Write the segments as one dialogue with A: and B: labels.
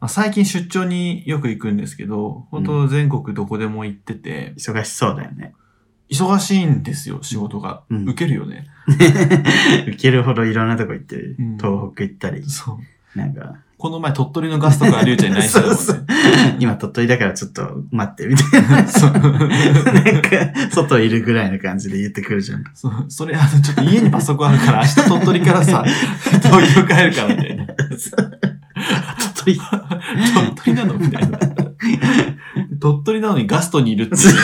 A: まあ、最近出張によく行くんですけど、本当全国どこでも行ってて、
B: 忙しそうだよね。
A: 忙しいんですよ、仕事が。
B: うん
A: 受けるよね。
B: 受けるほどいろんなとこ行ってる。
A: うん
B: 東北行ったり、
A: そう。
B: なんか。
A: この前鳥取のガスとかりゅうちゃんに内緒だもんね。
B: そうそう今鳥取だからちょっと待って、み たいな。
A: そう
B: なんか、外いるぐらいの感じで言ってくるじゃん。
A: そうそれ、あの、ちょっと家にパソコンあるから、明日鳥取から さ、東京帰るからみたいな。
B: 鳥取。
A: 鳥取なのみたいな。鳥取なのにガストにいるっていうね、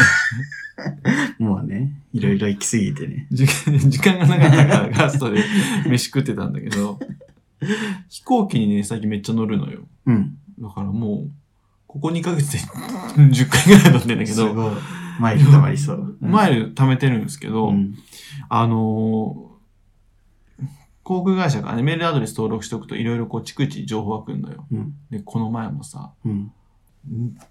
B: もうね、いろいろ行き過ぎてね。
A: 時 間時間がなかったからガスト で飯食ってたんだけど、飛行機にね、最近めっちゃ乗るのよ。
B: うん。
A: だからもう、ここ2ヶ月で 10回ぐらい乗ってんだけ
B: す
A: ど、
B: ごい。マイル溜まりそう。
A: マイル貯めてるんですけ
B: う
A: ど、
B: ん。
A: あのー航空会社からね、メールアドレス登録しておくといろいろこう、逐一情報が来るのよ。
B: うん。
A: で、この前もさ、
B: うん。
A: ん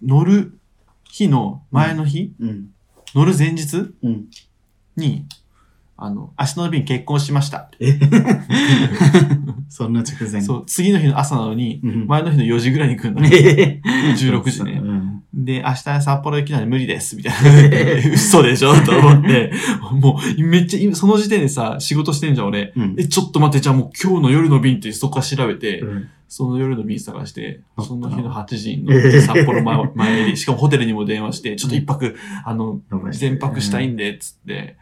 A: 乗る日の前の日、
B: うん。
A: 乗る前日
B: うん。
A: に、あの、明日の便結婚しました。
B: え そんな直前。
A: そう、次の日の朝なのに、
B: うん。
A: 前の日の4時ぐらいに来るのよ。
B: え
A: 16時ね。
B: うん。
A: で、明日札幌行きなので無理です、みたい な。嘘でしょと思って、もう、めっちゃ今、その時点でさ、仕事してんじゃん、俺。
B: うん。
A: え、ちょっと待って、じゃあもう今日の夜の便ってそこから調べて、
B: うん
A: その夜の便探して、その日の8時に乗
B: え
A: っ
B: え
A: て札幌前前入り、しかもホテルにも電話して、ちょっと一泊、あの、
B: 伸ばして
A: 全泊したいんで、つって、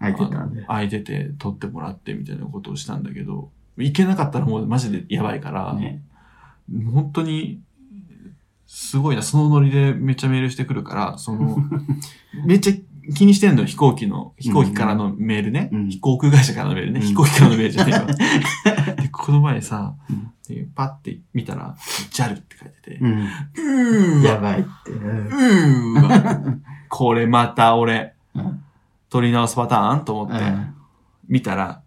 B: 空いてたんで。
A: 空いてて、取ってもらってみたいなことをしたんだけど、行けなかったらもうマジでやばいから、
B: ね。
A: 本当に、すごいな、そのノリでめっちゃメールしてくるから、そ の、めっちゃ気にしてんのよ飛行機の、飛行機からのメールね。
B: うん
A: 飛行空会社からのメールね。
B: うん
A: 飛行機からのメールじゃねえ わ。で、この前さ
B: うん、
A: でパッて見たら、JAL って書いてて、
B: うん。
A: うー
B: や
A: わ、
B: ばいって。うん
A: うー わ、これまた俺
B: うん、
A: 取り直すパターンと思って、見たら、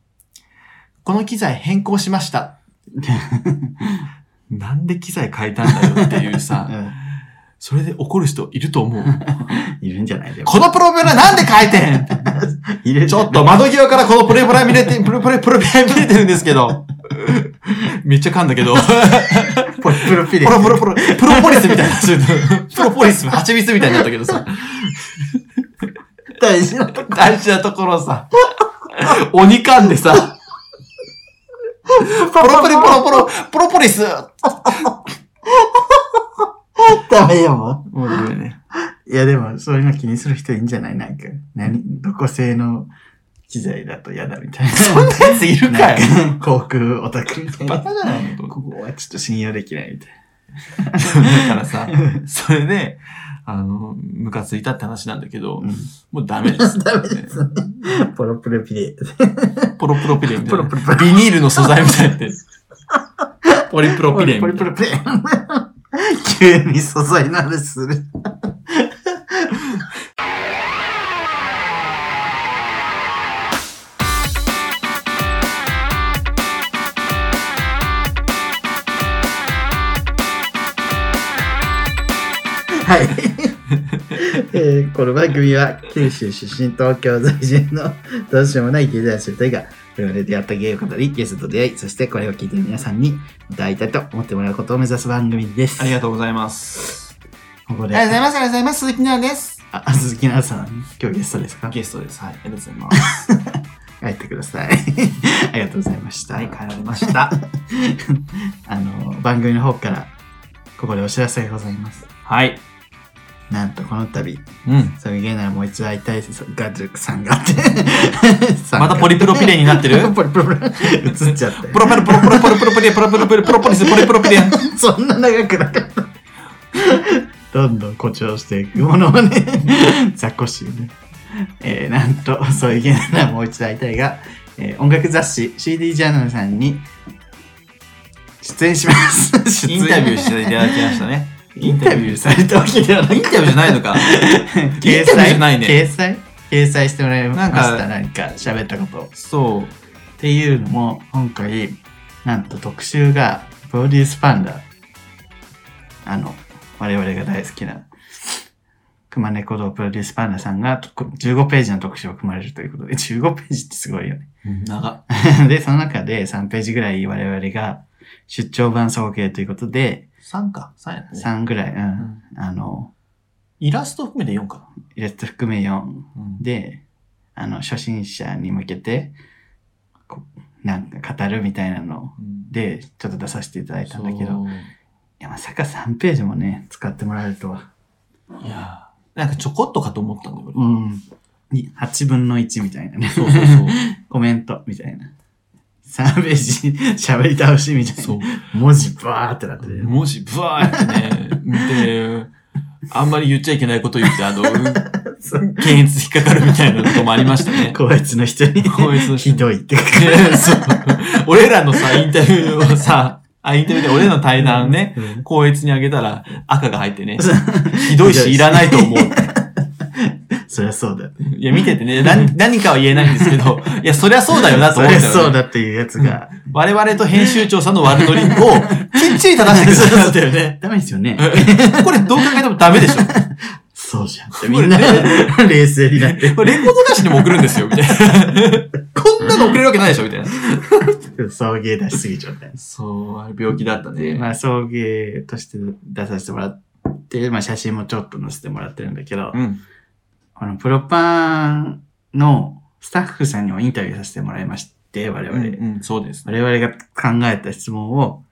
A: この機材変更しました。 なんで機材変えたんだよっていうさ、 それで怒る人いると思う。
B: いるんじゃないで も。
A: このプロペラなんで変えてん
B: いる
A: ちょっと窓際からこのプロペラ見れて、プロプロプロペラ見れてるんですけど。 めっちゃ噛んだけ ど。
B: プロプロピ
A: プ
B: レ
A: ロプロプロ、プロポリスみたいな。 プロポリス、蜂蜜みたいになったけどさ。
B: 大事なとこ。
A: 大事なところさ。鬼噛んでさ。プロポリ、プロポロ、プロポリス。
B: ダメよ、も
A: もうダメね。
B: う。いや、でも、そういうの気にする人いいんじゃないなんか、何、どこ製の機材だと嫌だみたいな。
A: そんなやついるかよ。
B: なんか航空オタクみたい
A: バ
B: な。
A: カじゃないの
B: ここはちょっと信用できないみたい
A: だからさ、それで、あの、ムカついたって話なんだけど、
B: な。
A: もうダメです。
B: ダメです。ポロプロピレ。
A: ポロプロピレンみたい
B: ポ
A: な
B: ロ。プロピレ。
A: ビニールの素材みたいになってる。ポリプロピレン
B: ポ
A: み
B: リ
A: た
B: プ
A: い
B: ロピレ。 急に素材なれする。はい。えーこの番組は九州出身東京在住のどうしようもない経済者というが我々でやった芸を語りゲストと出会いそしてこれを聞いている皆さんにまた会いたいと思ってもらうことを目指す番組です
A: な。ありがとうございます。
B: ここ
A: あ
B: であ
A: ざいます、ありがとうございます。鈴木奈です。
B: あ鈴木奈々さん今日ゲストですか
A: ゲストです。はい、ありがとうございます。
B: 帰ってくださいありがとうございました、
A: はい、帰られました。
B: あの番組の方からここでお知らせがございます
A: はい。
B: なんとこの度
A: うん。
B: そういう芸ならもう一度会いたいガジュクさんがあってさんが
A: またポリプロピレンになってる
B: ポリプロ映っちゃって
A: プロペルプロプロプロプロピレン、プロプロプロプロポリス、ポリプロピレン。
B: そんな長くなかった。 どんどん誇張していくものを ね、雑魚しいね。えーなんと、そういう芸ならもう一度会いたいが、えー音楽雑誌 CD ジャーナルさんに出演します。出
A: イ
B: 演
A: ンタビューしていただきましたね。
B: インタビューされたわけではな
A: イン
B: い。
A: タビューじゃないのか。ビュー
B: 掲
A: じ
B: 載
A: ゃないね
B: 掲載掲載してもらいまし
A: な
B: た。なんか喋ったことを。
A: そう。
B: っていうのも今回なんと特集がプロデュースパンダあの我々が大好きな熊猫堂プロデュースパンダさんがと15ページの特集を組まれるということで15ページってすごいよね
A: 長っ。
B: でその中で3ページぐらい我々が出張版送迎ということで
A: 3か。3やったね。
B: 3ぐらい、う。
A: うんん
B: あの、
A: イラスト含めて4か
B: イラスト含め4
A: な。うん
B: で、あの、初心者に向けて、こうなんか語るみたいなの
A: うん
B: で、ちょっと出させていただいたんだけど、
A: そう
B: いや、まさか3ページもね、使ってもらえるとは。
A: いやーなんかちょこっとかと思ったんだよ、俺
B: うん。8分の1みたいなね。
A: そうそうそう。
B: コメントみたいな。3ページ 喋り倒しみたい
A: そ
B: な。
A: う。
B: 文字バーってなってる。
A: 文字ブワーってね、見て、あんまり言っちゃいけないこと言って、あの、
B: そう
A: 検閲引っかかるみたいなこともありましたね。
B: こいつの人に
A: こいつの人
B: ひ
A: に
B: どいって書く。
A: でそう。俺らのさ、インタビューをさ、あ、インタビューで俺らの対談をね、
B: うん。
A: 高越にあげたら赤が入ってね
B: そう、
A: ひどいしいらないと思う。
B: そりゃそうだ。
A: いや、見ててね、 な何かは言えないんですけど、いや、そりゃそうだよなと
B: そ
A: 思っ
B: り
A: たよ、
B: ゃ
A: ね。
B: そうだっていうやつが。
A: 我々と編集長さんの悪ノリをきっちり正してくださったよね。
B: ダメですよね。
A: えこれどう考えてもダメでしょ。
B: そうじゃんって。みんな 冷静になって。
A: これレコード会社にも送るんですよ、みたいな。 こんなの送れるわけないでしょ、みたいな。
B: 送迎出しすぎちゃった。
A: そう、あれ病気だったね。
B: まあ、送迎として出させてもらって、まあ、写真もちょっと載せてもらってるんだけど、
A: うん。
B: あの、プロパンのスタッフさんにもインタビューさせてもらいまして、我々。
A: うんうん、そうですね。
B: 我々が考えた質問を、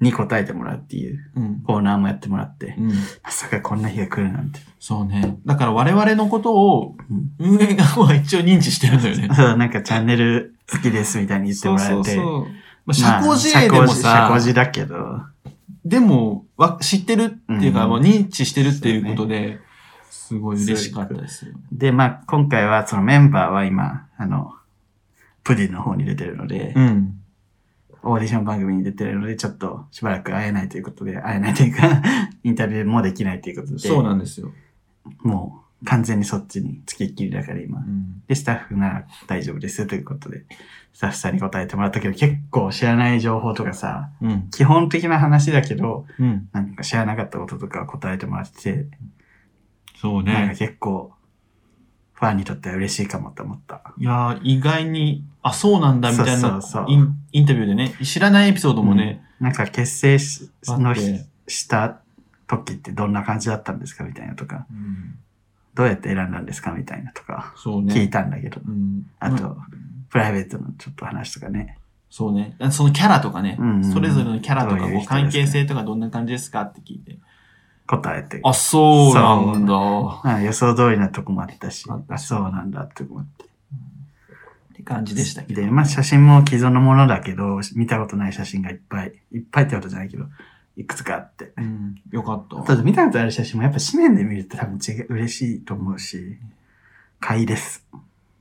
B: に答えてもらうっていう
A: うん。
B: コーナーもやってもらって、
A: うん。
B: まさかこんな日が来るなんて。
A: そうね。だから我々のことを
B: うん
A: 運営側は一応認知してるんだよね。
B: そう、なんかチャンネル好きですみたいに言って
A: そ
B: も
A: う
B: らえて。
A: そうそう。まあ、
B: ま
A: 社
B: あ
A: 交辞令でも
B: 社
A: さ
B: 交、辞だけど。
A: でもわ知ってるっていうか、
B: うん
A: もう認知してるっていうことで、すごい嬉しかったですよ。
B: で、まあ、今回はそのメンバーは今、あの、プディの方に出てるので、
A: うん。
B: オーディション番組に出てるので、ちょっとしばらく会えないということで、会えないというか、 インタビューもできないということで、
A: そうなんですよ。
B: もう完全にそっちに付きっきりだから今
A: う。ん。
B: で、スタッフなら大丈夫ですということで、スタッフさんに答えてもらったけど、結構知らない情報とかさ、
A: うん。
B: 基本的な話だけど、
A: うん。
B: なんか知らなかったこととかを答えてもらって、
A: そう
B: なんか
A: ね。
B: 結構、ファンにとっては嬉しいかもと思った。
A: いやー意外に、あ、そうなんだみたい
B: そう
A: な
B: そうそう
A: インインタビューでね、知らないエピソードもね、
B: なんか結成しの
A: あって
B: した時ってどんな感じだったんですかみたいなとか、
A: うん
B: どうやって選んだんですかみたいなとか、
A: そう
B: 聞い
A: ね。
B: たんだけど、
A: うん
B: あと、
A: ま
B: プライベートのちょっと話とかね。
A: そうね。そのキャラとかね、
B: うんうん
A: それぞれのキャラと
B: ど
A: か、
B: うい
A: こ
B: う人です
A: う
B: か
A: 関係性とかどんな感じですかって聞いて。
B: 答えて。
A: あ、そうなんだ。
B: まあ、予想通りなとこもあったし
A: あっ、た
B: あ、そうなんだって思って。
A: って感じでしたけど。
B: で、まあ写真も既存のものだけど、見たことない写真がいっぱい、いっぱいってことじゃないけど、いくつかあって。
A: うん、よかった。
B: ただ見たことある写真もやっぱ紙面で見ると多分違う、嬉しいと思うし、買いです。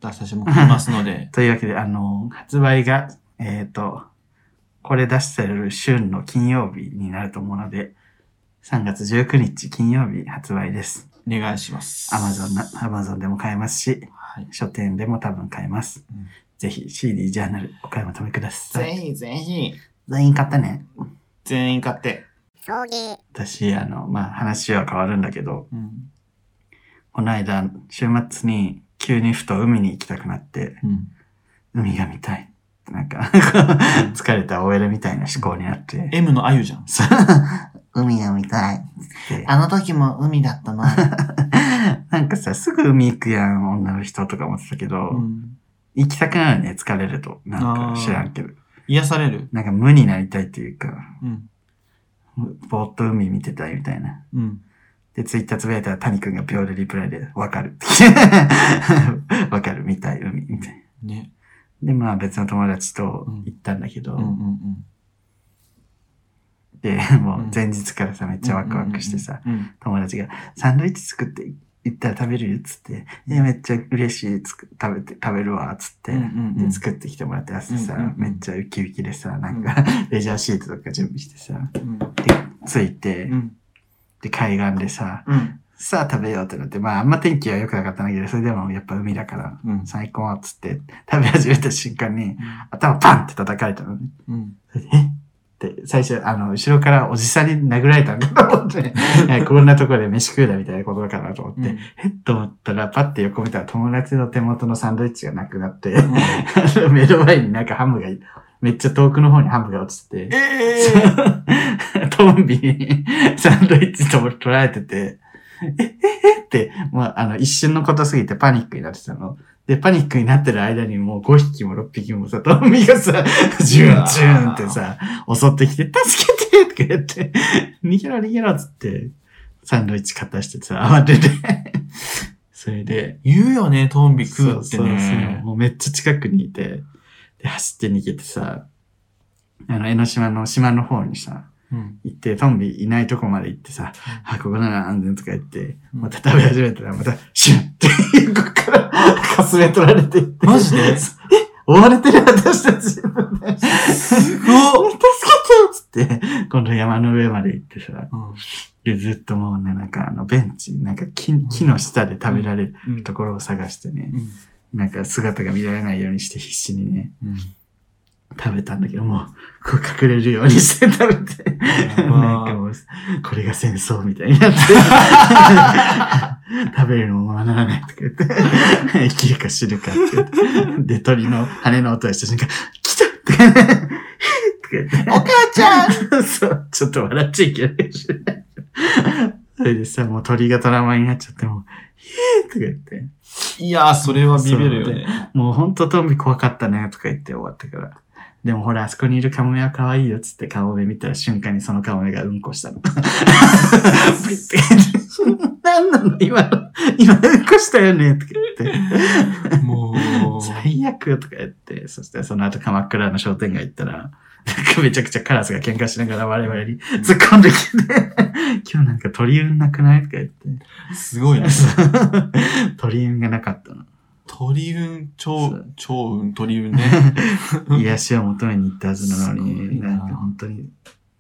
A: 私も来ますので。
B: というわけで、あの、発売が、えっ、と、これ出してる週の金曜日になると思うので、3月19日金曜日発売です。
A: お願いします。
B: Amazon な、Amazon でも買えますし、
A: はい。
B: 書店でも多分買えます。
A: うん
B: ぜひ CD ジャーナルお買い求めください。
A: ひぜひ、
B: 全員買ったね。
A: 全員買って。
B: 私、あの、まあ、話は変わるんだけど、
A: うん。
B: この間、週末に急にふと海に行きたくなって、
A: うん。
B: 海が見たい。なんか、 疲れた OL みたいな思考になって。
A: M のあゆじゃん。
B: そう。 海が見たい。
A: あの時も海だったな。
B: なんかさ、すぐ海行くやん、女の人とか思ってたけど、
A: うん。
B: 行きたくなるね、疲れると。なん
A: あ
B: か
A: ー
B: 知らんけど。
A: 癒される。
B: なんか無になりたいっていうか、
A: うん。
B: ぼーっと海見てたいみたいな。
A: うん。
B: で、ツイッターつぶやいたら谷くんが秒でリプライで、わかる。 わかる、見たい、海、みたいな。
A: ね。
B: で、まあ別の友達と行ったんだけど、
A: うんうんうん。
B: で、もう前日からさ、めっちゃワクワクしてさ、
A: うん。うん
B: 友達が、サンドイッチ作って行ったら食べるっつって、え、めっちゃ嬉しい、つく食べて、食べるわ、つって、
A: うんうんうん
B: で、作ってきてもらって、朝さ、
A: うんうんうん
B: めっちゃウキウキでさ、なんか、レジャーシートとか準備してさ、
A: うん。
B: ついて、
A: うん。
B: で、海岸でさ、
A: うん。
B: さあ食べようってなって、まあ、あんま天気は良くなかったんだけど、それでもやっぱ海だから、
A: うん。
B: 最高っつって、食べ始めた瞬間に、頭パンって叩かれたのね。
A: うん。
B: えって、最初、あの、後ろからおじさんに殴られたんだと 思って、えこんなところで飯食うなみたいなことかなと思って、
A: うん
B: えっと思ったら、パッて横見たら友達の手元のサンドイッチがなくなって、
A: うん
B: あの目の前になんかハムがめっちゃ遠くの方にハムが落ちてて、
A: ええ
B: トンビにサンドイッチとも取られてて、え、え、えって、まあ、あの、一瞬のことすぎてパニックになってたの。で、パニックになってる間にもう5匹も6匹もさ、トンビがさ、ジュンジュンってさ、襲ってきて、助けてとか言って、 逃げろ逃げろっつって、サンドイッチ片してさ、慌てて。 それで、
A: 言うよね、トンビ食うって
B: そうそうそう
A: ね。
B: もうめっちゃ近くにいて、で、走って逃げてさ、あの、江ノ島の島の方にさ、
A: うん
B: 行って、トンビいないとこまで行ってさ、あ、ここなら安全とか言って、
A: うん
B: また食べ始めたら、また、シュンって、こっから、かすめ取られていって。
A: マジで
B: え追われてる私たち。すごい助
A: ごっ
B: けてっつって、今度山の上まで行ってさ、
A: うん
B: で、ずっともうね、なんかあの、ベンチ、なんか木木の下で食べられる
A: うん
B: ところを探してね、
A: うん
B: なんか姿が見られないようにして必死にね、
A: うん
B: 食べたんだけど、もう、こう隠れるようにして食べて、
A: やば
B: なんかもう、これが戦争みたいになって、食べるのもままならないとか言って、生きるか死ぬかって言って、で、鳥の羽の音がした瞬間、来たとかね、とか言って、
A: お母ちゃん
B: そう、ちょっと笑っちゃいけないし。それでさ、もう鳥がトラウマになっちゃって、もう、えーとか言って、
A: いやー、それはビビるよね。
B: もうほんとトンビ怖かったね、とか言って終わったから。でもほら、あそこにいるカモメは可愛いよ、つってカモメ見たら瞬間にそのカモメがうんこしたの。 ピッて言って何なの今の、今うんこしたよね、とか言って。
A: もう、
B: 最悪とか言って、そしてその後鎌倉の商店街行ったら、なんかめちゃくちゃカラスが喧嘩しながら我々に突っ込んできて、 今日なんか鳥運なくないとか言って。
A: すごいね。
B: 鳥運がなかったの。
A: 鳥運、超
B: そう、
A: 超運、鳥運ね。
B: 癒しを求めに行ったはずなの
A: すごい
B: に、
A: な
B: なんか本当に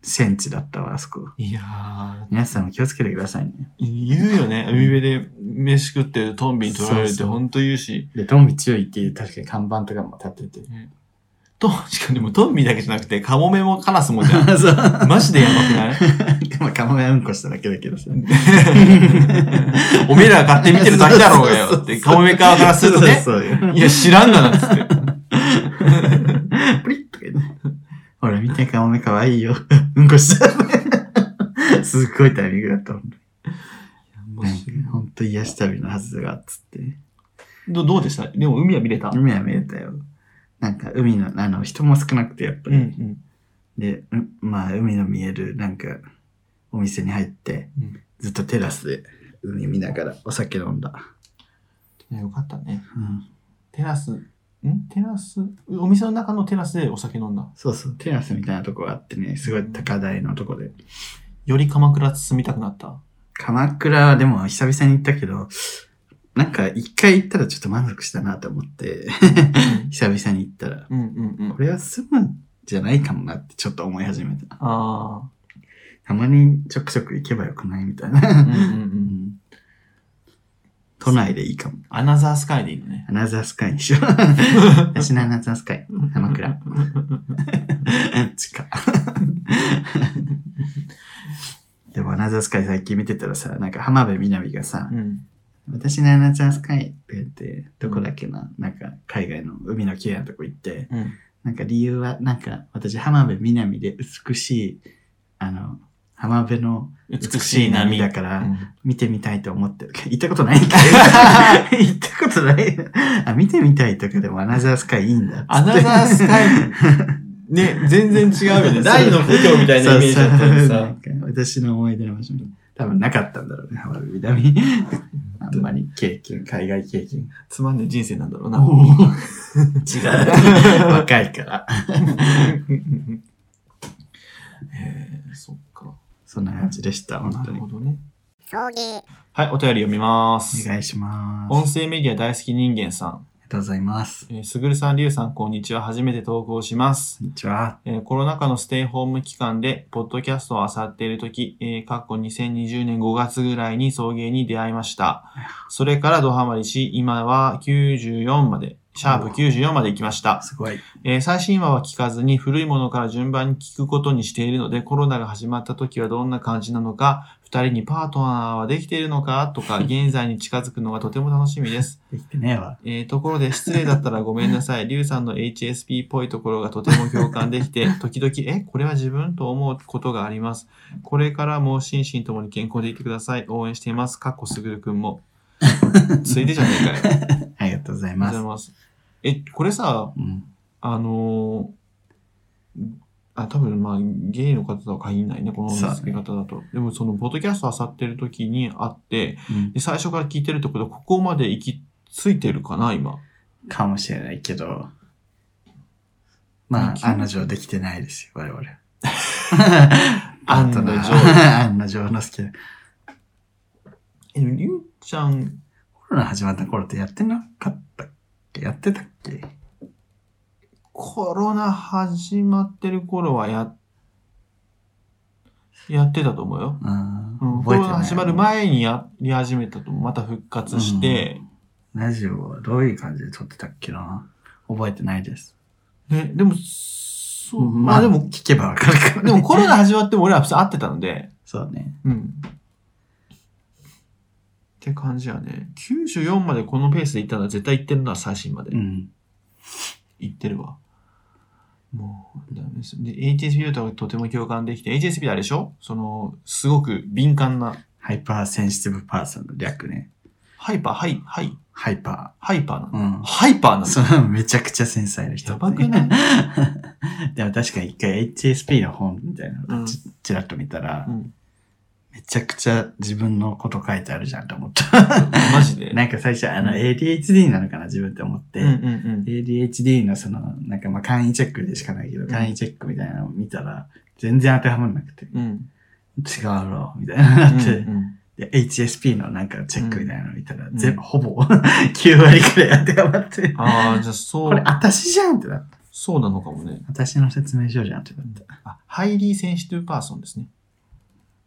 B: 戦地だったわ、あそこ。
A: いやー、
B: 皆さんも気をつけてくださいね。
A: 言うよね。海辺で飯食ってるトンビに取られるっ
B: そう
A: て
B: そう
A: ほんと言うし。
B: で、トンビ注意っていう確かに看板とかも立ってて。
A: と、しかもでもトンビだけじゃなくて、カモメもカラスもじゃ ん。
B: そう。
A: マジでやばくない
B: まあ、カモメはうんこしただけだけどさ。
A: おめえらが勝手に見てるだけだろうが
B: そう
A: よ
B: そうそう
A: って、カモメ側からするとね。
B: そうそうよ
A: いや、知らんがな、つって。
B: プリッとか言って。ほら、見て、カモメ可愛いよ。うんこしたね。すっごいタイミングだった。ほんと癒し旅のはずが、つって。
A: どどうでしたでも海は見れた。
B: 海は見えたよ。なんか、海の、あの、人も少なくて、やっぱ
A: うん
B: り。
A: うん。
B: で、うんまあ、海の見える、なんか、お店に入って、
A: うん
B: ずっとテラスで海見ながらお酒飲んだ。
A: いやよかったね。
B: うん、
A: テラス、んテラスお店の中のテラスでお酒飲んだ。
B: そうそう、テラスみたいなとこがあってね、すごい高台のとこで。
A: より鎌倉進みたくなった。
B: 鎌倉はでも久々に行ったけど、なんか一回行ったらちょっと満足したなと思って、 久々に行ったら、
A: うんうんうん
B: こ。れは住むんじゃないかもなってちょっと思い始めた。
A: あ
B: たまにちょくちょく行けばよくないみたい
A: あ。うんうんう。
B: な。 うんん都内でいいかも。
A: アナザースカイでいいのね。
B: アナザースカイにしよう。私のアナザースカイ。鎌倉。 近っ。 でもアナザースカイ最近見てたらさ、なんか浜辺美波がさ
A: う、ん。
B: 私のアナザースカイって言って、どこだっけな、なんか海外の海の綺麗なとこ行って、
A: うん。
B: なんか理由は、なんか私浜辺美波で美しい、あの、浜辺の
A: 美しい波
B: だから、
A: うん
B: 見てみたいと思ってる。 行ったことな いけど。行ったことない。あ、見てみたいとかでもアナザースカイいいんだっつって。
A: アナザースカイ、ね、全然違 うよね。大の故郷みたいなイメージだったのに
B: そうそうな
A: さ
B: ん。か私の思い出の場所に。多分なかったんだろうね、浜辺美波。 あんまり経験、海外経験。
A: つまんねえ人生なんだろうな。
B: 違う。 若いから。
A: えー、そっか。
B: そんな感じでした、本
A: な
B: 当
A: る
B: に。
A: ほどね。
C: 送迎。
A: はい、お便り読みます。
B: お願いします。あり
A: 音声メディア大好き人間さん、
B: がとうございます。
A: えーすぐるさん、りゅうさん、こんにちは。初めて投稿します。
B: こんにちは。
A: えーコロナ禍のステイホーム期間で、ポッドキャストを漁っているとき、えー、かっこ2020年5月ぐらいに送迎に出会いました。それからドハマりし、今は94まで、シャープ94まで行きました。
B: すごい。
A: えー最新話は聞かずに古いものから順番に聞くことにしているので、コロナが始まった時はどんな感じなのか、二人にパートナーはできているのかとか、現在に近づくのがとても楽しみです。
B: できてねえわ。
A: えーところで失礼だったらごめんなさい。リュウさんの HSP っぽいところがとても共感できて、時々、え、これは自分と思うことがあります。これからも心身ともに健康でいてください。応援しています。かっこすぐるくんも。ついでじゃねえかよ。
B: ありがとうござい
A: ありが
B: ま
A: とうござい
B: す。
A: ます。え、これさ、
B: うん。
A: あのーあ、多分まあ、ゲイの方とは限らないね、この見つけ方だと。でも、その、ポッドキャスト漁ってる時にあって、
B: うん
A: で、最初から聞いてるってことは、ここまで行き着いてるかな、今。
B: かもしれないけど、まあ
A: で、き
B: 案の定できてないですよ、我 々。
A: 案の定
B: パートナー 案の定の好き。
A: え、でもりゅうちゃん、
B: コロナ始まった頃ってやってなかったっけやってたっけ
A: コロナ始まってる頃はや、やってたと思うよ。
B: うん
A: うん、コ
B: 覚え
A: ロ
B: て
A: ナ
B: ない。
A: 始まる前にやり始めたと思う、また復活して、
B: ラジオはどういう感じで撮ってたっけな覚えてないです。
A: ね、でも、そう、まあでも、
B: 聞けばわかるから、ね。
A: でもコロナ始まっても俺ら普通会ってたので、
B: そうね。
A: うん。って感じやね。94までこのペースで行ったら絶対行ってるのは最新まで。
B: うん。
A: 行ってるわ。もう、ダメです。で、HSP だととても共感できて、HSP であれでしょその、すごく敏感な、
B: ハイパーセンシティブパーソンの略ね。
A: ハイパー、ハイ、ハイ、
B: ハイパ
A: ハイパーな
B: ー。
A: の。
B: うん。
A: ハイパーなの。
B: そのめちゃくちゃ繊細な人、
A: やばくない
B: でも確かに一回 HSP の本みたいなのをちちらっと見たら、
A: うん
B: めちゃくちゃ自分のこと書いてあるじゃんと思った。
A: マジで。
B: なんか最初、あの、
A: うん
B: ADHD なのかな自分って思って。
A: うんうんうん。
B: ADHD のその、なんかまあ簡易チェックでしかないけど、
A: ん
B: 簡易チェックみたいなのを見たら、全然当てはまんなくて、
A: うん。
B: 違うろ、みたいな
A: う
B: の
A: ん
B: って、
A: うん
B: で HSP のなんかチェックみたいなの見たら、
A: ん
B: 全部ほぼ 9割くらい当てはまって、
A: ああ、じゃあ、そ
B: こ
A: う
B: れ、私じゃんってなった。
A: そうなのかもね。
B: 私の説明書じゃんってなった。
A: あ、ハイリーセンシティブパーソンですね。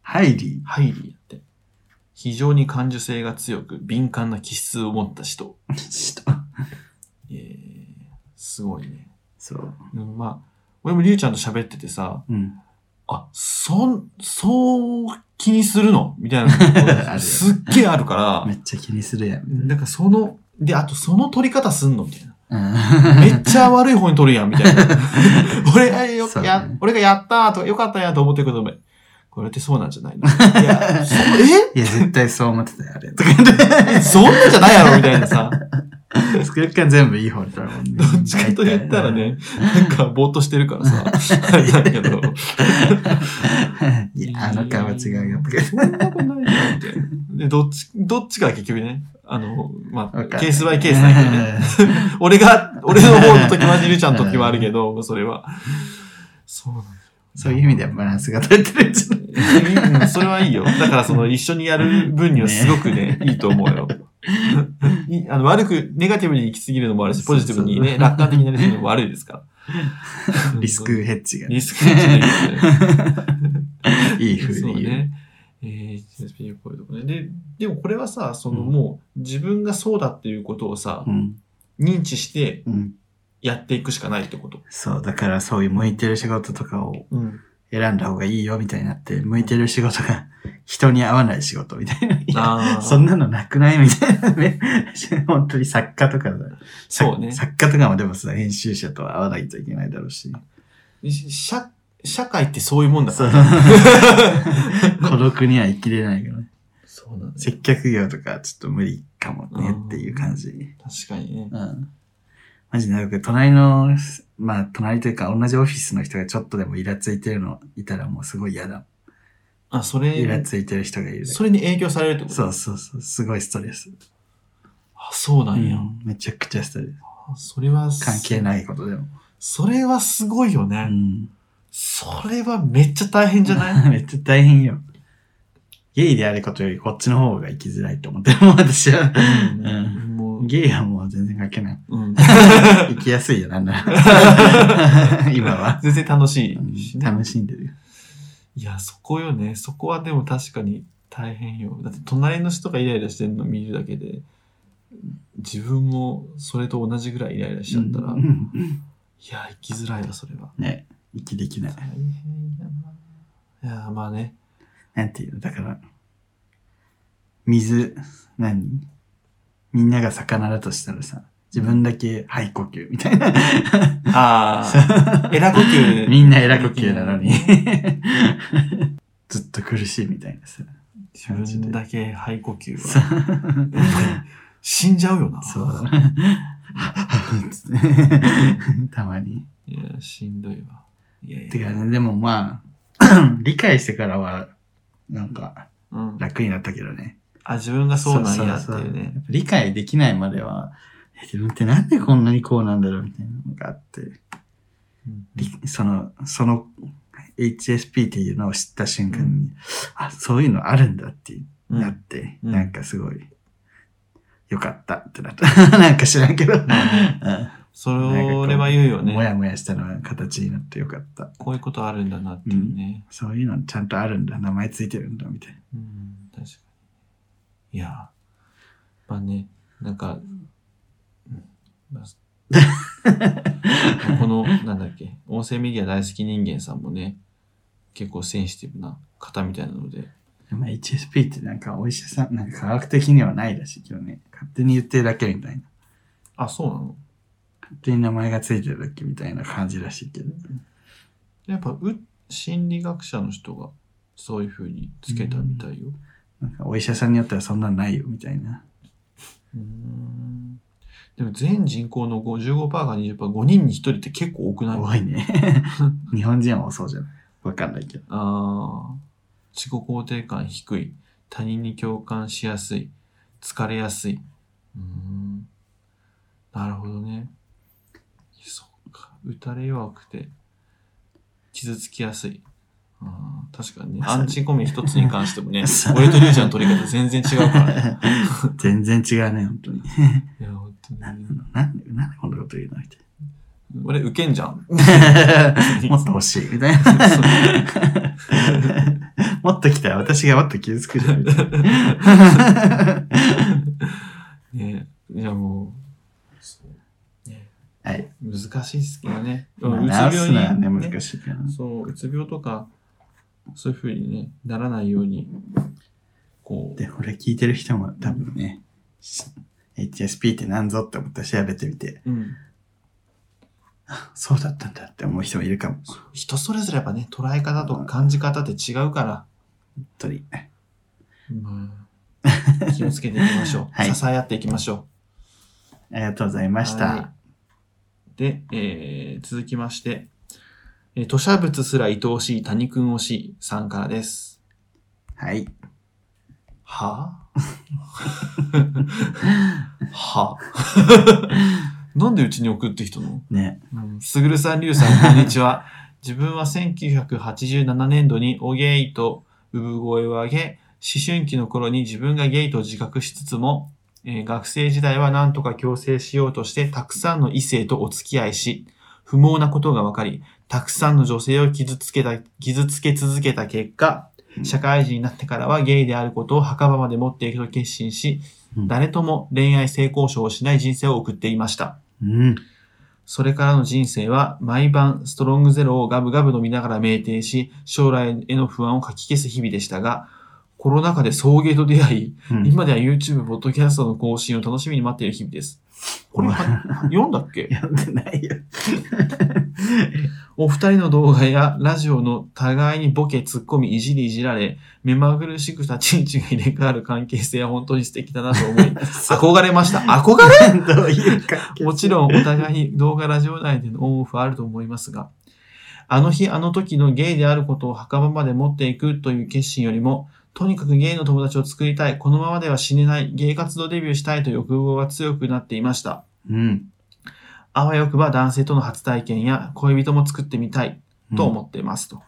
B: ハイリー。
A: ハイリーって。非常に感受性が強く、敏感な気質を持った人。
B: ちょっと
A: えー、すごいね。
B: そう。
A: うんまあ、俺もりゅうちゃんと喋っててさ、
B: うん。
A: あ、そん、そう気にするのみたい
B: ある
A: な。
B: よ
A: すっげえあるか
B: めっちゃ気にするやん。
A: ら、なんかその、で、あとその取り方すんのみたいな。め
B: め
A: っちゃ悪い方に取るやん、みたい な。俺がよ、
B: そうね
A: や、俺がやったーとか、よかったやんと思ってるけど、これってそうなんじゃ ないのいや、そうえ
B: いや、絶対そう思って たよ、あれ。とかね
A: そんなんじゃないやろみたいな さ。
B: スクール感全部いい方に取るもんね。
A: どっちかと言ったらね、なんかぼーっとしてるから さ、あれだけど、
B: いや、あの顔は違うよ。とか
A: そんなことないよ、みたいな。で、どっち、どっちかは結局ね、あの、まあ、ケースバイケースだけどね。俺が、俺の方の時はじるちゃんの時はあるけど、それは。そうなんだよ
B: そういう意味ではバランスが取れてるんじゃない
A: うんそれはいいよ。だからその一緒にやる分にはすごくね、いいと思う よ。いあの悪く、ネガティブに行き過ぎるのもあるし、ポジティブに
B: そう
A: ね、
B: そう
A: 楽観的になりすぎるのも悪いですから。
B: リスクヘッジがね
A: リスクヘッジでいいですね。
B: いい風
A: そう
B: に言う。
A: ね。えー、HSP っぽいとこね。で、でもこれはさ、その
B: うん
A: もう自分がそうだっていうことをさ
B: う、ん。
A: 認知して
B: うん。
A: やっていくしかないってこと。
B: そう、だからそういう向いてる仕事とかを
A: うん。
B: 選んだ方がいいよみたいになって、向いてる仕事が人に合わない仕事みたいな。いや
A: ああ。
B: そんなのなくないみたいなね。本当に作家とかだ。
A: そうね
B: 作家とかもでもさ、編集者とは合わないといけないだろうし。
A: し社、社会ってそういうもんだか
B: そ
A: ら。
B: う。 孤独には生きれないけどね。
A: そうなんだよ。
B: 接客業とかちょっと無理かもね
A: うん
B: っていう感じ。
A: 確かにね。
B: うん。マジなんか隣の、まあ隣というか同じオフィスの人がちょっとでもイラついてるのいたらもうすごい嫌だ。
A: あ、そ
B: イラ
A: れ、
B: ついてる人がいるだけ。
A: それに影響されるってこと
B: そうそうそう。すごいストレス。
A: あ、そうなんや。
B: うんめちゃくちゃストレス。
A: あそれは、
B: 関係ないことでも。
A: それはすごいよね。
B: ん。
A: それはめっちゃ大変じゃない
B: めっちゃ大変よ。ゲイであることよりこっちの方が生きづらいと思ってるもん、 私は。うん。
A: もう、
B: ゲイはもう全然関係ない。
A: うん。
B: 生きやすいよ、なん なら。 今は。
A: 全然楽し
B: うん
A: いしね。
B: 楽しんでるよ。
A: いや、そこよね。そこはでも確かに大変よ。だって隣の人がイライラしてるの見るだけで、自分もそれと同じぐらいイライラしちゃったら、
B: う
A: い
B: ん
A: や、生きづらいわ、それは。
B: ね、息できない
A: 大。変やな。いや、まあね。
B: なんていうの、だから、水、何みんなが魚だとしたらさ、自分だけ肺呼吸みたいな。
A: ああ、エラ呼吸。
B: みんなエラ呼吸なのに。ずっと苦しいみたいなさ。
A: 自分だけ肺呼吸
B: そ
A: は。死んじゃうよな。
B: そう だな。つってたまに。
A: いや、しんどいわ。いやいや
B: てかね、でもまあ、 理解してからは、なんか、
A: うん、
B: 楽になったけどね。
A: あ、自分がそうなんやって
B: そ
A: いう
B: そうそうや
A: ね
B: っ。ぱ理解できないまでは、え自分ってなんでこんなにこうなんだろうみたいなのがあって、
A: うん
B: りその、その HSP っていうのを知った瞬間に、あ、そういうのあるんだって
A: うん
B: なって、
A: うん
B: なんかすごい、よかったってなった。 なんか知らんけど。うん
A: それは言うよ
B: も
A: ね。
B: やもやしたのが形になってよかった。
A: こういうことあるんだなっていうね。
B: そういうのちゃんとあるんだ。名前ついてるんだ、みたいな。
A: うん、確かに。いや、まあね、なんか、うんまあこの、なんだっけ、音声メディア大好き人間さんもね、結構センシティブな方みたいなので、
B: まあ、HSP ってなんかお医者さん、なんか科学的にはないらしいけどね。勝手に言ってるだけみたいな。
A: あ、そうなの
B: 勝手に名前がついてるだけみたいな感じらしいけど。
A: やっぱう、心理学者の人がそういうふうにつけたみたいよ。
B: なんかお医者さんによってはそんなのないよみたいな。
A: うーんでも全人口の55%が20%、5人に1人って結構多くない
B: 多いね。日本人は多そうじゃないわかんないけど。
A: あー自己肯定感低い。他人に共感しやすい。疲れやすい。うーん。なるほどね。そっか。打たれ弱くて、傷つきやすい。あー確かにね。
B: まさ
A: ア
B: に
A: ンチコミ一つに関して もね
B: そ、う
A: 俺とリュウちゃんの取り方全然違うからね。
B: 全然違うね、本当に。
A: いや、本当にね。
B: なんで、なんでこんなこと言うのみた
A: 俺、受けんじゃ ん。
B: いな。もっと欲しい、みたいな。もっと来たら私がもっと傷つくじゃん、みたいな。
A: ねえ、いやもう、そうね
B: はい。
A: 難しいですけどね。う
B: ま
A: つ
B: あ、治すのはね、
A: ね
B: 難しいから。
A: そう、うつ病とか、そういうふうに、ね、ならないように、こう、
B: で、これ聞いてる人も多分ね、し HSP って何ぞって思ったら調べてみて、
A: うん、
B: そうだったんだって思う人もいるかも。本
A: 人それぞれやっぱね、捉え方とか感じ方って違うから、
B: 当に。
A: まあ気をつけていきまし ょう。
B: はい
A: 支え合っていきましょ
B: ありがとうございました。
A: う。で、えー続きまして、えー吐砂物すら愛おしい谷くん推しさんからです。
B: はい。
A: はあ は あなんでうちに送ってきたの
B: ね。
A: すぐるさん、りゅうさん、こんにちは。 自分は1987年度におゲイと産声を上げ、思春期の頃に自分がゲイと自覚しつつも、えー学生時代は何とか強制しようとして、たくさんの異性とお付き合いし、不毛なことが分かり、たくさんの女性を傷つけた、傷つけ続けた結果、社会人になってからはゲイであることを墓場まで持っていくと決心し、
B: うん
A: 誰とも恋愛性交渉をしない人生を送っていました。
B: うん。
A: それからの人生は毎晩ストロングゼロをガブガブ飲みながら酩酊し、将来への不安をかき消す日々でしたが、コロナ禍で送迎と出会い、
B: うん
A: 今では YouTube、ポッドキャストの更新を楽しみに待っている日々です。これ、
B: うん
A: 読んだっけ
B: 読んでないよ。
A: お二人の動画やラジオの互いにボケ、ツッコミ、いじりいじられ、目まぐるしく立ち位置が入れ替わる関係性は本当に素敵だなと 思い、憧れました。憧れ
B: どういうか。
A: もちろんお互いに動画ラジオ内でのオンオフはあると思いますが、あの日あの時のゲイであることを墓場まで持っていくという決心よりも、とにかくゲイの友達を作りたい、このままでは死ねない、ゲイ活動デビューしたいという欲望が強くなっていました。
B: うん。
A: あわよくば男性との初体験や恋人も作ってみたいと思っていますと。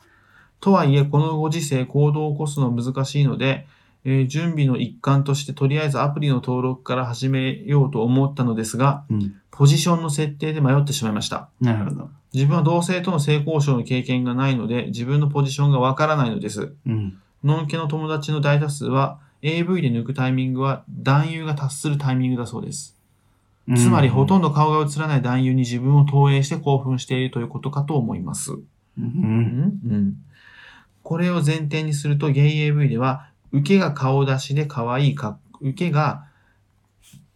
A: とはいえ、このご時世行動を起こすのは難しいので、えー準備の一環としてとりあえずアプリの登録から始めようと思ったのですが、
B: うん。
A: ポジションの設定で迷ってしまいました。
B: なるほど。
A: 自分は同性との性交渉の経験がないので、自分のポジションがわからないのです。
B: うん。
A: ノンケの友達の大多数は、 AV で抜くタイミングは男優が達するタイミングだそうです。
B: うん
A: つまりほとんど顔が映らない男優に自分を投影して興奮しているということかと思います。
B: う
A: うんんうん。これを前提にすると、ゲイ AV では、受けが顔出しで可愛いか、受けが、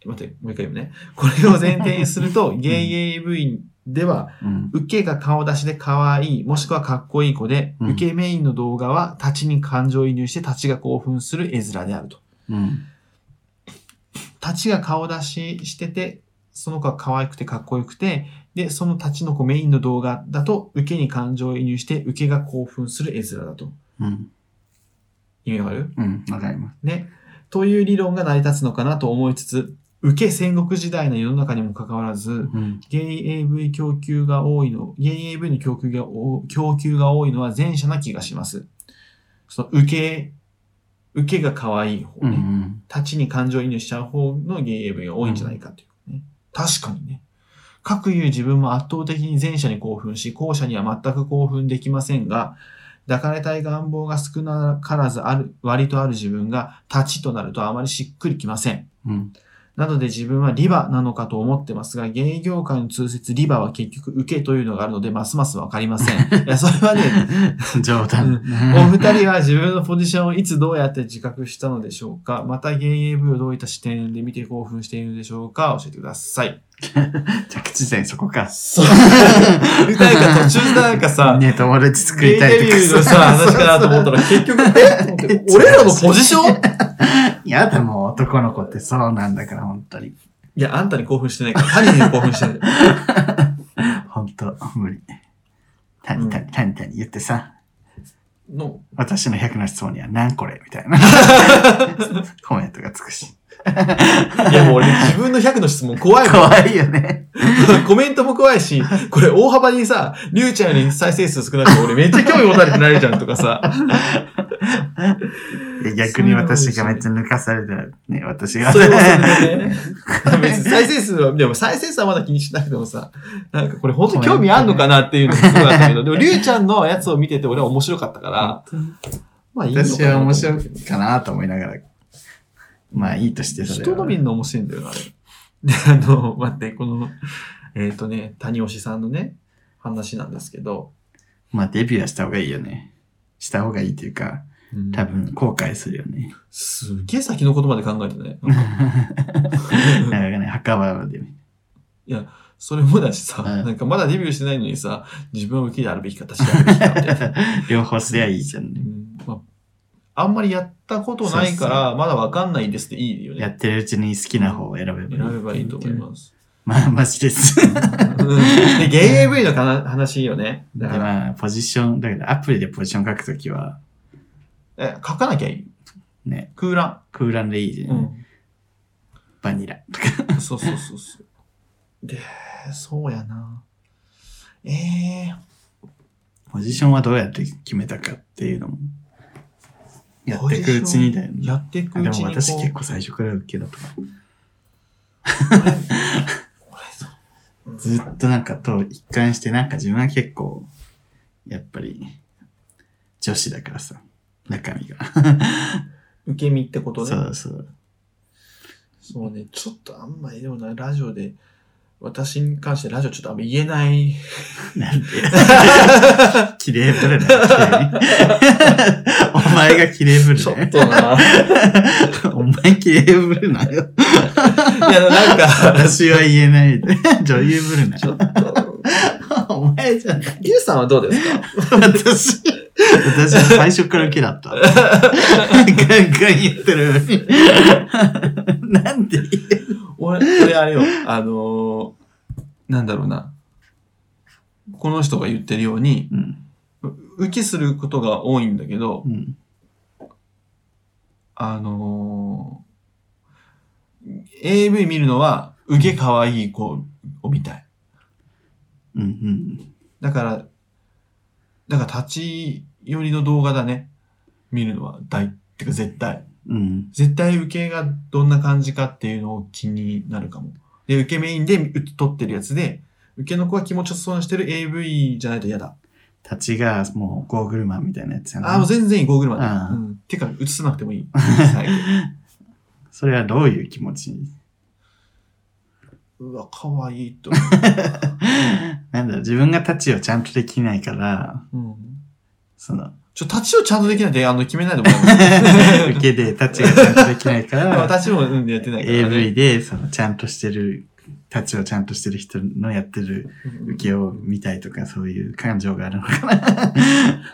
A: 待って、もう一回読むね。これを前提にすると、ゲイ AV では、
B: うん
A: 受けが顔出しで可愛い、もしくはかっこいい子で、
B: うん
A: 受けメインの動画は、立ちに感情移入して、立ちが興奮する絵面であると。
B: うん
A: 立ちが顔出ししてて、その子が可愛くてかっこよくて、で、その立ちの子メインの動画だと、受けに感情移入して、受けが興奮する絵面だと。
B: うん
A: 意味わかる
B: うんわかります
A: ね。という理論が成り立つのかなと思いつつ、受け戦国時代の世の中にもかかわらず、
B: うん
A: ゲイ AV 供給が多いの、ゲイ AV の供給がお供給が多いのは前者な気がします。その受け、受けが可愛い方
B: うんう
A: ね。
B: ん
A: 立ちに感情移入しちゃう方のゲイ AV が多いんじゃないかというね。確かにね。各言う自分も圧倒的に前者に興奮し、後者には全く興奮できませんが、抱かれたい願望が少なからずある、割とある自分が立ちとなるとあまりしっくりきません。
B: うん
A: なので自分はリバなのかと思ってますが、芸業界の通説リバは結局受けというのがあるので、ますますわかりま せん。いや、それはね、
B: 冗談
A: お二人は自分のポジションをいつどうやって自覚したのでしょうかまたゲイ AV をどういった視点で見て興奮しているのでしょうか教えてください。
B: 着地点そこか
A: そう。歌いが途中なんかさ、
B: ね友達作
A: ゲ
B: り
A: イ
B: た
A: デ
B: いと
A: ビ
B: か
A: ューのさ、話かなと思ったら結局、え俺らのポジション
B: やだもう男の子ってそうなんだから本当に
A: いや、あんたに興奮してないから、他人に興奮してる。
B: 本当無理タニタニタニタニ言ってさ
A: の、
B: 私の100の質問には何これみたいなコメントがつくし
A: いやもう俺自分の100の質問怖いもん。
B: 怖いよね
A: コメントも怖いし、これ大幅にさ、りゅうちゃんより再生数少なくて俺めっちゃ興味持たれてなれちゃんとかさ。
B: いや逆に私がめっちゃ抜かされたらね私が
A: それもそれでね。別に再生数は、でも再生数はまだ気にしなくてもさ、なんかこれ本当に興味あんのかなっていうのがすごいあったけど、でもりゅうちゃんのやつを見てて俺は面白かったから、まあいいのかな
B: 私は面白いかなと思いながら。まあいいとしてそれ
A: 人
B: は
A: の見るの面白いんだよな、あれ。 で、あの、待って、この、えっ、とね、谷押さんのね、話なんですけど、
B: まあデビューはした方がいいよね。した方がいいというか、多分後悔するよね。
A: すげえ先のことまで考えて ね。
B: なんかね、墓場ま でね。
A: それもだしさ、
B: うん
A: なんかまだデビューしてないのにさ、自分は受けであるべきか、私はあるべきかみたいな。
B: 両方すりゃいいじゃん
A: う
B: ね。
A: んまあ、あんまりやったことないから、まだわかんないですっていいよ
B: や
A: ね。
B: ってるうちに好きな方を選べばいい。
A: 選べばいいと思います。
B: まあマジです。
A: で、ゲイ AV のかな話いいよね。
B: で
A: だから、
B: まあポジション、だけどアプリでポジション書くときは、
A: え書かなきゃいい。
B: ね、
A: 空欄。
B: 空欄でいいじゃん。バニラとか。
A: うん。そうそうそうそう。で、そうやな。ええ
B: ポジションはどうやって決めたかっていうのも。やってくうちにだよね。
A: やっていく
B: あ
A: う
B: で
A: ち
B: も
A: にこう。
B: 私結構最初から受けだと思
A: これそう
B: う。ずっとなんかと一貫してなんか自分は結構、やっぱり、女子だからさ、中身が。
A: 受け身ってことね。
B: そうそう。
A: そうね、ちょっとあんまりでもな、ラジオで、私に関してラジオちょっとあんま言えない。
B: なんで綺麗ぶるね、急にお前が綺麗ぶ
A: ちょ
B: る
A: っ
B: ね。
A: と な。
B: お前綺麗ぶるなよ。
A: いや、なんか、
B: 私は言えないで。女優ぶるな
A: ちょ
B: よ。
A: っと、
B: お前じゃない。
A: リュウさんはどうですか
B: 私、私は最初から受けだった。ガンガン言ってるのに。なんで
A: 俺、俺あれよ、あのーなんだろうな。この人が言ってるように、
B: うん。
A: 受けすることが多いんだけど
B: う、ん。
A: あのー AV 見るのは、受け可愛い子を見たい。
B: うん。うん。
A: だから、だから立ち寄りの動画だね。見るのは大、ってか絶対。
B: うん。
A: 絶対受けがどんな感じかっていうのを気になるかも。で、受けメインでう撮ってるやつで、受けの子が気持ちよさそうにしてる AV じゃないと嫌だ。
B: 立ちがもうゴーグルマンみたいなやつやな。
A: ああ、もう全然いい、ゴーグルまで。
B: ああ
A: うん手から映さなくてもい い。最後
B: それはどういう気持ち
A: うわ、かわいいと。
B: なんだろう、自分がタッチをちゃんとできないから、
A: うん。
B: そ の、
A: ちょ、立ちをちゃんとできないで、あの、決めないでもら え
B: 受
A: ます
B: けでタッチがちゃんとできない から、
A: 私も、うん、やってないから、ね。
B: AV で、その、ちゃんとしてる、タッチをちゃんとしてる人のやってる
A: うん
B: 受けを見たいとか、そういう感情があるのかな。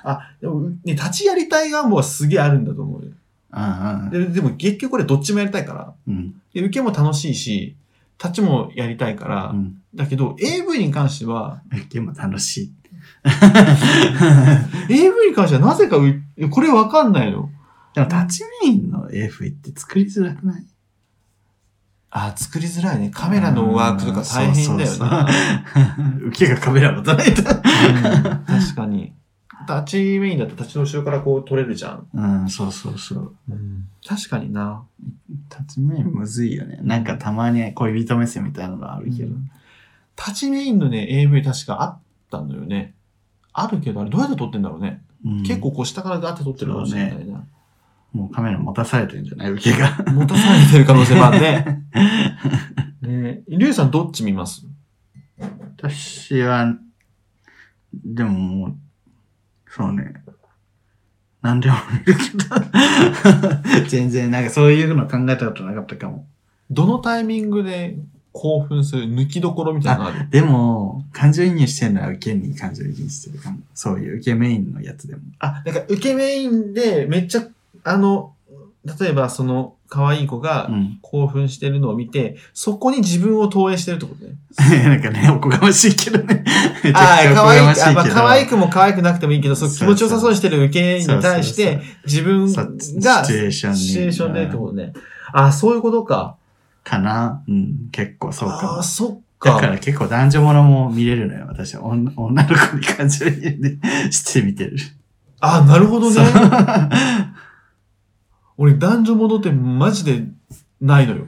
A: あ、でも、ね、立ちやりたい願望はすげえあるんだと思うよ。
B: ああ、
A: ででも、結局これどっちもやりたいから。
B: うん。
A: で、受けも楽しいし、立ちもやりたいから、
B: うん。
A: だけど、AV に関しては、
B: 受けも楽しい。
A: AV に関してはなぜかう、これわかんないの。
B: でも、タッチメインの AV って作りづらくない
A: あ、作りづらいね。カメラのワークとか大変だよな。
B: うん受けがカメラ持たないと。
A: うん確かに。立ちメインだと立ちの後ろからこう撮れるじゃん。
B: うん、そうそうそう。
A: 確かにな。
B: タッチメインむずいよね。なんかたまに恋人目線みたいなのあるけど。
A: 立ちメインのね、AV 確かあったのよね。あるけど、あれどうやって撮ってんだろうね。
B: うん
A: 結構こう下からガーって撮ってるかもしれないな。
B: もうカメラ持たされてるんじゃない受けが。
A: 持たされてる可能性もあるね。 ねえ、リュウさんどっち見ます
B: 私は、でももう、そうね。なんでも見るけど。 全然、なんかそういうの考えたことなかったかも。
A: どのタイミングで興奮する抜きどころみたいなのある
B: でも、感情移入してるのは受けに感情移入してるかも。そういう受けメインのやつでも。
A: あ、なんか受けメインでめっちゃ、あの、例えばその可愛い子
B: う
A: が
B: ん。
A: 興奮してるのを見て、そこに自分を投影してるってことね。
B: なんかね、おこがましいけどね。めちゃ
A: あ
B: くち
A: あ、可
B: ゃおこ
A: 愛い
B: がましい
A: あ
B: け
A: ま
B: ど。
A: あ可愛くも可愛くなくてもいいけど、そう気
B: そう
A: 持ちよさそうにしてる受けに対して、自分
B: そうそうそう、シチ
A: がシ
B: ュエーションに。
A: チュエーションでってことね。あ、そういうことか。
B: かなうん、結構そうか
A: あ
B: も
A: あ、。そっ
B: だから
A: か。
B: 結構男女ものも見れるのよ、私は。女女の子に感情移入でして見てる。
A: あ、なるほど
B: そう
A: ね。俺、男女ものってマジでないのよ。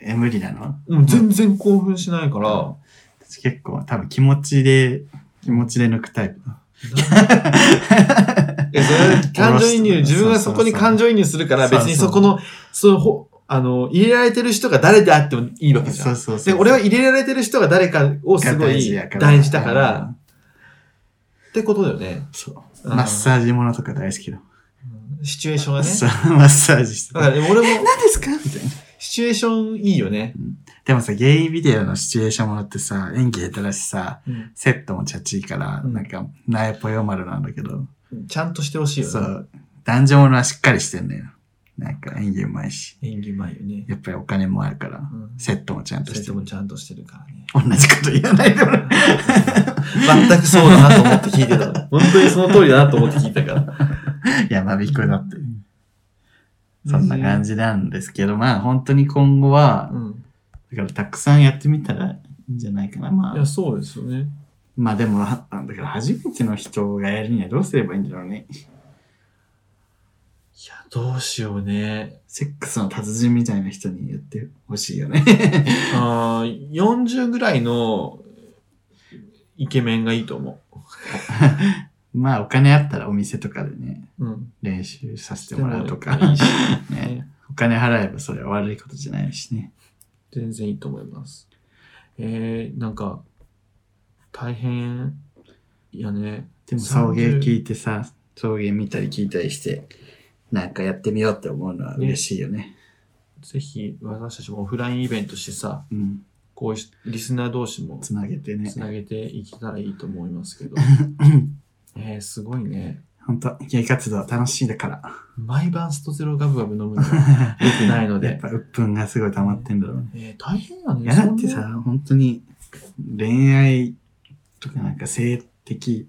B: え、無理なの
A: もう全然興奮しないから。
B: 私結構多分気持ちで、気持ちで抜くタイプ。
A: えそれ感情移入、
B: 下ろして
A: 自分がそこに感情移入するから、
B: そう
A: 別
B: そう
A: にそこの、そのほ、あの、入れられてる人が誰であってもいいわけじゃ
B: そ
A: ん。
B: うそうそ
A: で、
B: う。
A: 俺は入れられてる人が誰かをすごい
B: や
A: 大事だから、。ってことだよね。
B: そう。
A: うん
B: マッサージものとか大好きだ。
A: シチュエーションがね。
B: そう、マッサージして
A: だから
B: た。
A: 俺も、
B: 何ですかみたいな。
A: シチュエーションいいよね。
B: でもさ、ゲイビデオのシチュエーションものってさ、演技下手だしさ、
A: うん
B: セットもチャチいから、
A: うん
B: なんか、なえぽよ丸なんだけど、
A: ちゃんとしてほしいよ
B: そ
A: ね。
B: う、男女ものはしっかりしてんのよ。なんか演技うまいし、
A: 演技うまいよね。
B: やっぱりお金もあるから、
A: うん
B: セットもちゃんと
A: それ
B: して
A: と
B: る
A: も。ちゃんとしてるからね。
B: 同じこと言わないでも らう
A: 全くそうだなと思って聞いてた の。本当にその通りだなと思って聞いた から。
B: 山彦だって。そんな感じなんですけど、まあ本当に今後は
A: う、ん。
B: だからたくさんやってみたらいいんじゃないかな。ま
A: い
B: あ
A: や、、そうですよね。
B: まあでも、あだから初めての人がやるにはどうすればいいんだろうね。
A: いや、どうしようね。
B: セックスの達人みたいな人にやってほしいよね。
A: あー40ぐらいのイケメンがいいと思
B: まあお金あったらお店とかでね、
A: う。うん。
B: 練習させてもらうとか
A: で。もいいし、
B: ね、
A: ね
B: お金払えばそれは悪いことじゃないしね。
A: 全然いいと思います。えー、なんか、大変やね。
B: でも
A: そう
B: 送迎聞いてさ、送迎見たり聞いたりして、なんかやってみようって思うのは嬉しいよね。
A: ぜひ、私たちもオフラインイベントしてさ、
B: うん。
A: こうしリスナー同士も
B: つなげてね
A: つ。なげていけたらいいと思いますけど。えー、すごいね。
B: 本当ゲイ活動は楽しいだから。
A: 毎晩ストゼロガブガブ飲むのは良くないの
B: やっ
A: で。
B: ぱ鬱憤がすごい溜まってんだろうね。
A: えー、大変やね。
B: いやだって
A: そんな、
B: さ、本当に恋愛とかなんか性的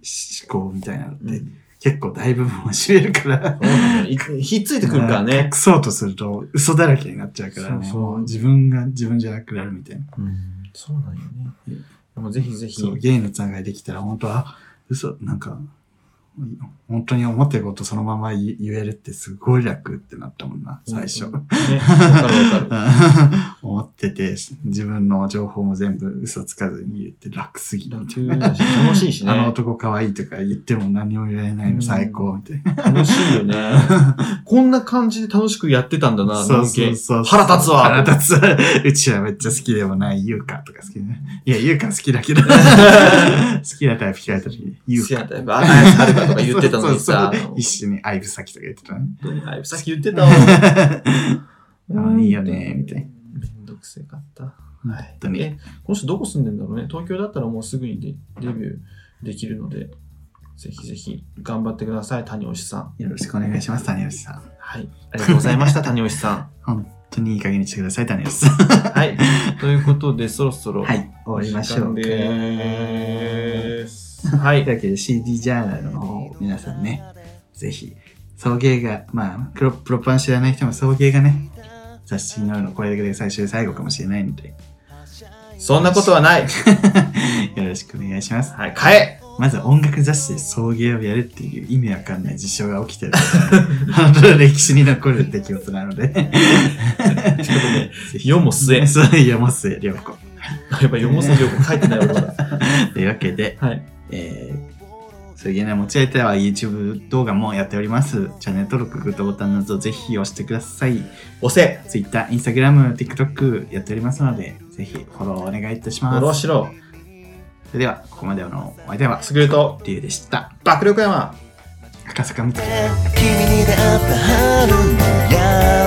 B: 思考みたいなのっ
A: う
B: て
A: ん
B: 結構大部分を占めるから。
A: そうなんだよいひっついてくるからね
B: 隠。そうとすると嘘だらけになっちゃうからね。
A: そうそう
B: もう自分が自分じゃなくなるみたいな。
A: うん、そうなんよね
B: うん。
A: でもぜひぜひ
B: そ、う、ゲイのつながりできたら本当は、あ嘘、なんか、本当に思ってることそのまま言言えるってすごい楽ってなったもんな、最初。
A: うんね、わかるわかる。
B: 思ってて、自分の情報も全部嘘つかずに言って楽すぎる。
A: 楽だし楽しいしね。
B: あの男可愛いとか言っても何も言われないの最高みたいな。
A: 楽しいよね。こんな感じで楽しくやってたんだな、
B: そう
A: 農
B: そう
A: 系。
B: そう。
A: 腹立つわ
B: 腹立つわ。うちはめっちゃ好きでもない、ゆうかとか好きね。いや、ゆうか好きだ けど。好きなタイプ聞かれた時に、ゆう
A: 好き
B: か。
A: なタイプ、ああるかとか言ってたのにさ、
B: そうそうそう一緒に愛ぶさきとか言ってたね。
A: 本当にあさっき言ってたわ。
B: あいいよねみたいな。
A: めんどくせかった。
B: 本当に。
A: え、この人どこ住んでんだろうね。東京だったらもうすぐにデデビューできるので、ぜひぜひ頑張ってください、谷吉さん。
B: よろしくお願いします、谷吉さん。本
A: はい。ありがとうございました、谷吉さん。
B: 当にいい加減にしてください、谷吉さん。
A: はい。ということで、そろそろ、
B: はい、終わりましょうか。
A: 時間でーす。はい。
B: というわけで CD ジャーナルの方を皆さんね、ぜひ、送迎が、まあ、プロプロパン知らない人も送迎がね、雑誌に載るのこれだけで最終で最後かもしれないので、
A: そんなことはない。
B: よろしくお願いします。
A: はい、買え
B: まず音楽雑誌で送迎をやるっていう意味わかんない事象が 起きてる。本当に歴史に残る出来事なので。ぜひ
A: 世も末
B: そう、世も末、良子。
A: やっぱ、よもすぎよく書いてない俺まだ。
B: というわけで、
A: はい。
B: えー、そういうね、持ち上げたは YouTube 動画もやっております。チャンネル登録、グッドボタンなどぜひ押してください。
A: 押せ
B: Twitter、Instagram、TikTok やっておりますので、ぜひフォローお願いいたし
A: フォロ
B: ま
A: ー
B: す。
A: しろ
B: それでは、ここまでのお相手は、
A: すぐると、
B: リュウでした。
A: 爆力山
B: 赤坂みつき。
C: 君に出会った春の柔